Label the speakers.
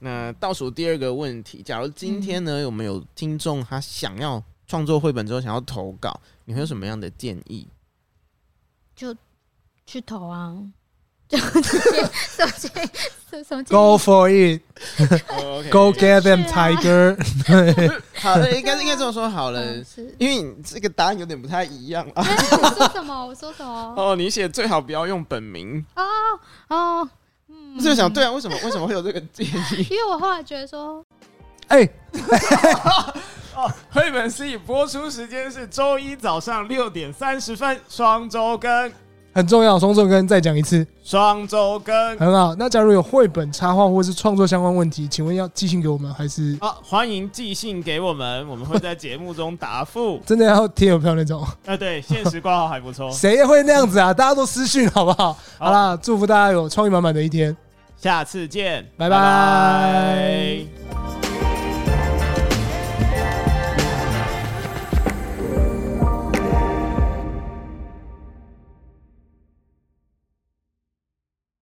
Speaker 1: 那倒数第二个问题，假如今天呢，我们有听众他想要创作绘本之后想要投稿，你会有什么样的建议？
Speaker 2: 去投啊， 就手机手手机
Speaker 3: Go for it,
Speaker 1: 哦
Speaker 3: go get
Speaker 2: 是
Speaker 3: them
Speaker 2: 啊
Speaker 3: tiger。
Speaker 1: 好的，应该应该这么说好了，
Speaker 2: 是
Speaker 1: 因为你这个答案有点不太一样啊。
Speaker 2: 哎我说什么？我说什么？
Speaker 1: 哦，你写最好不要用本名，
Speaker 2: 哦哦，嗯
Speaker 1: 我就想，对啊，为什么为什么会有这个建 议？
Speaker 2: 因为我后来觉得说，
Speaker 3: 哎，
Speaker 4: 绘本 C 播出时间是周一早上六点三十分，双周更，
Speaker 3: 很重要，双重跟再讲一次，
Speaker 4: 双周更。
Speaker 3: 很好。那假如有绘本插画或是创作相关问题，请问要寄信给我们，还是。
Speaker 4: 好、欢迎寄信给我们，我们会在节目中答复
Speaker 3: 真的要贴邮票那种？。
Speaker 4: 啊，对，限时挂号还不错
Speaker 3: 谁会那样子啊？大家都私讯好不哦好？好啦，祝福大家有创意满满的一天。
Speaker 4: 下次见，
Speaker 3: 拜拜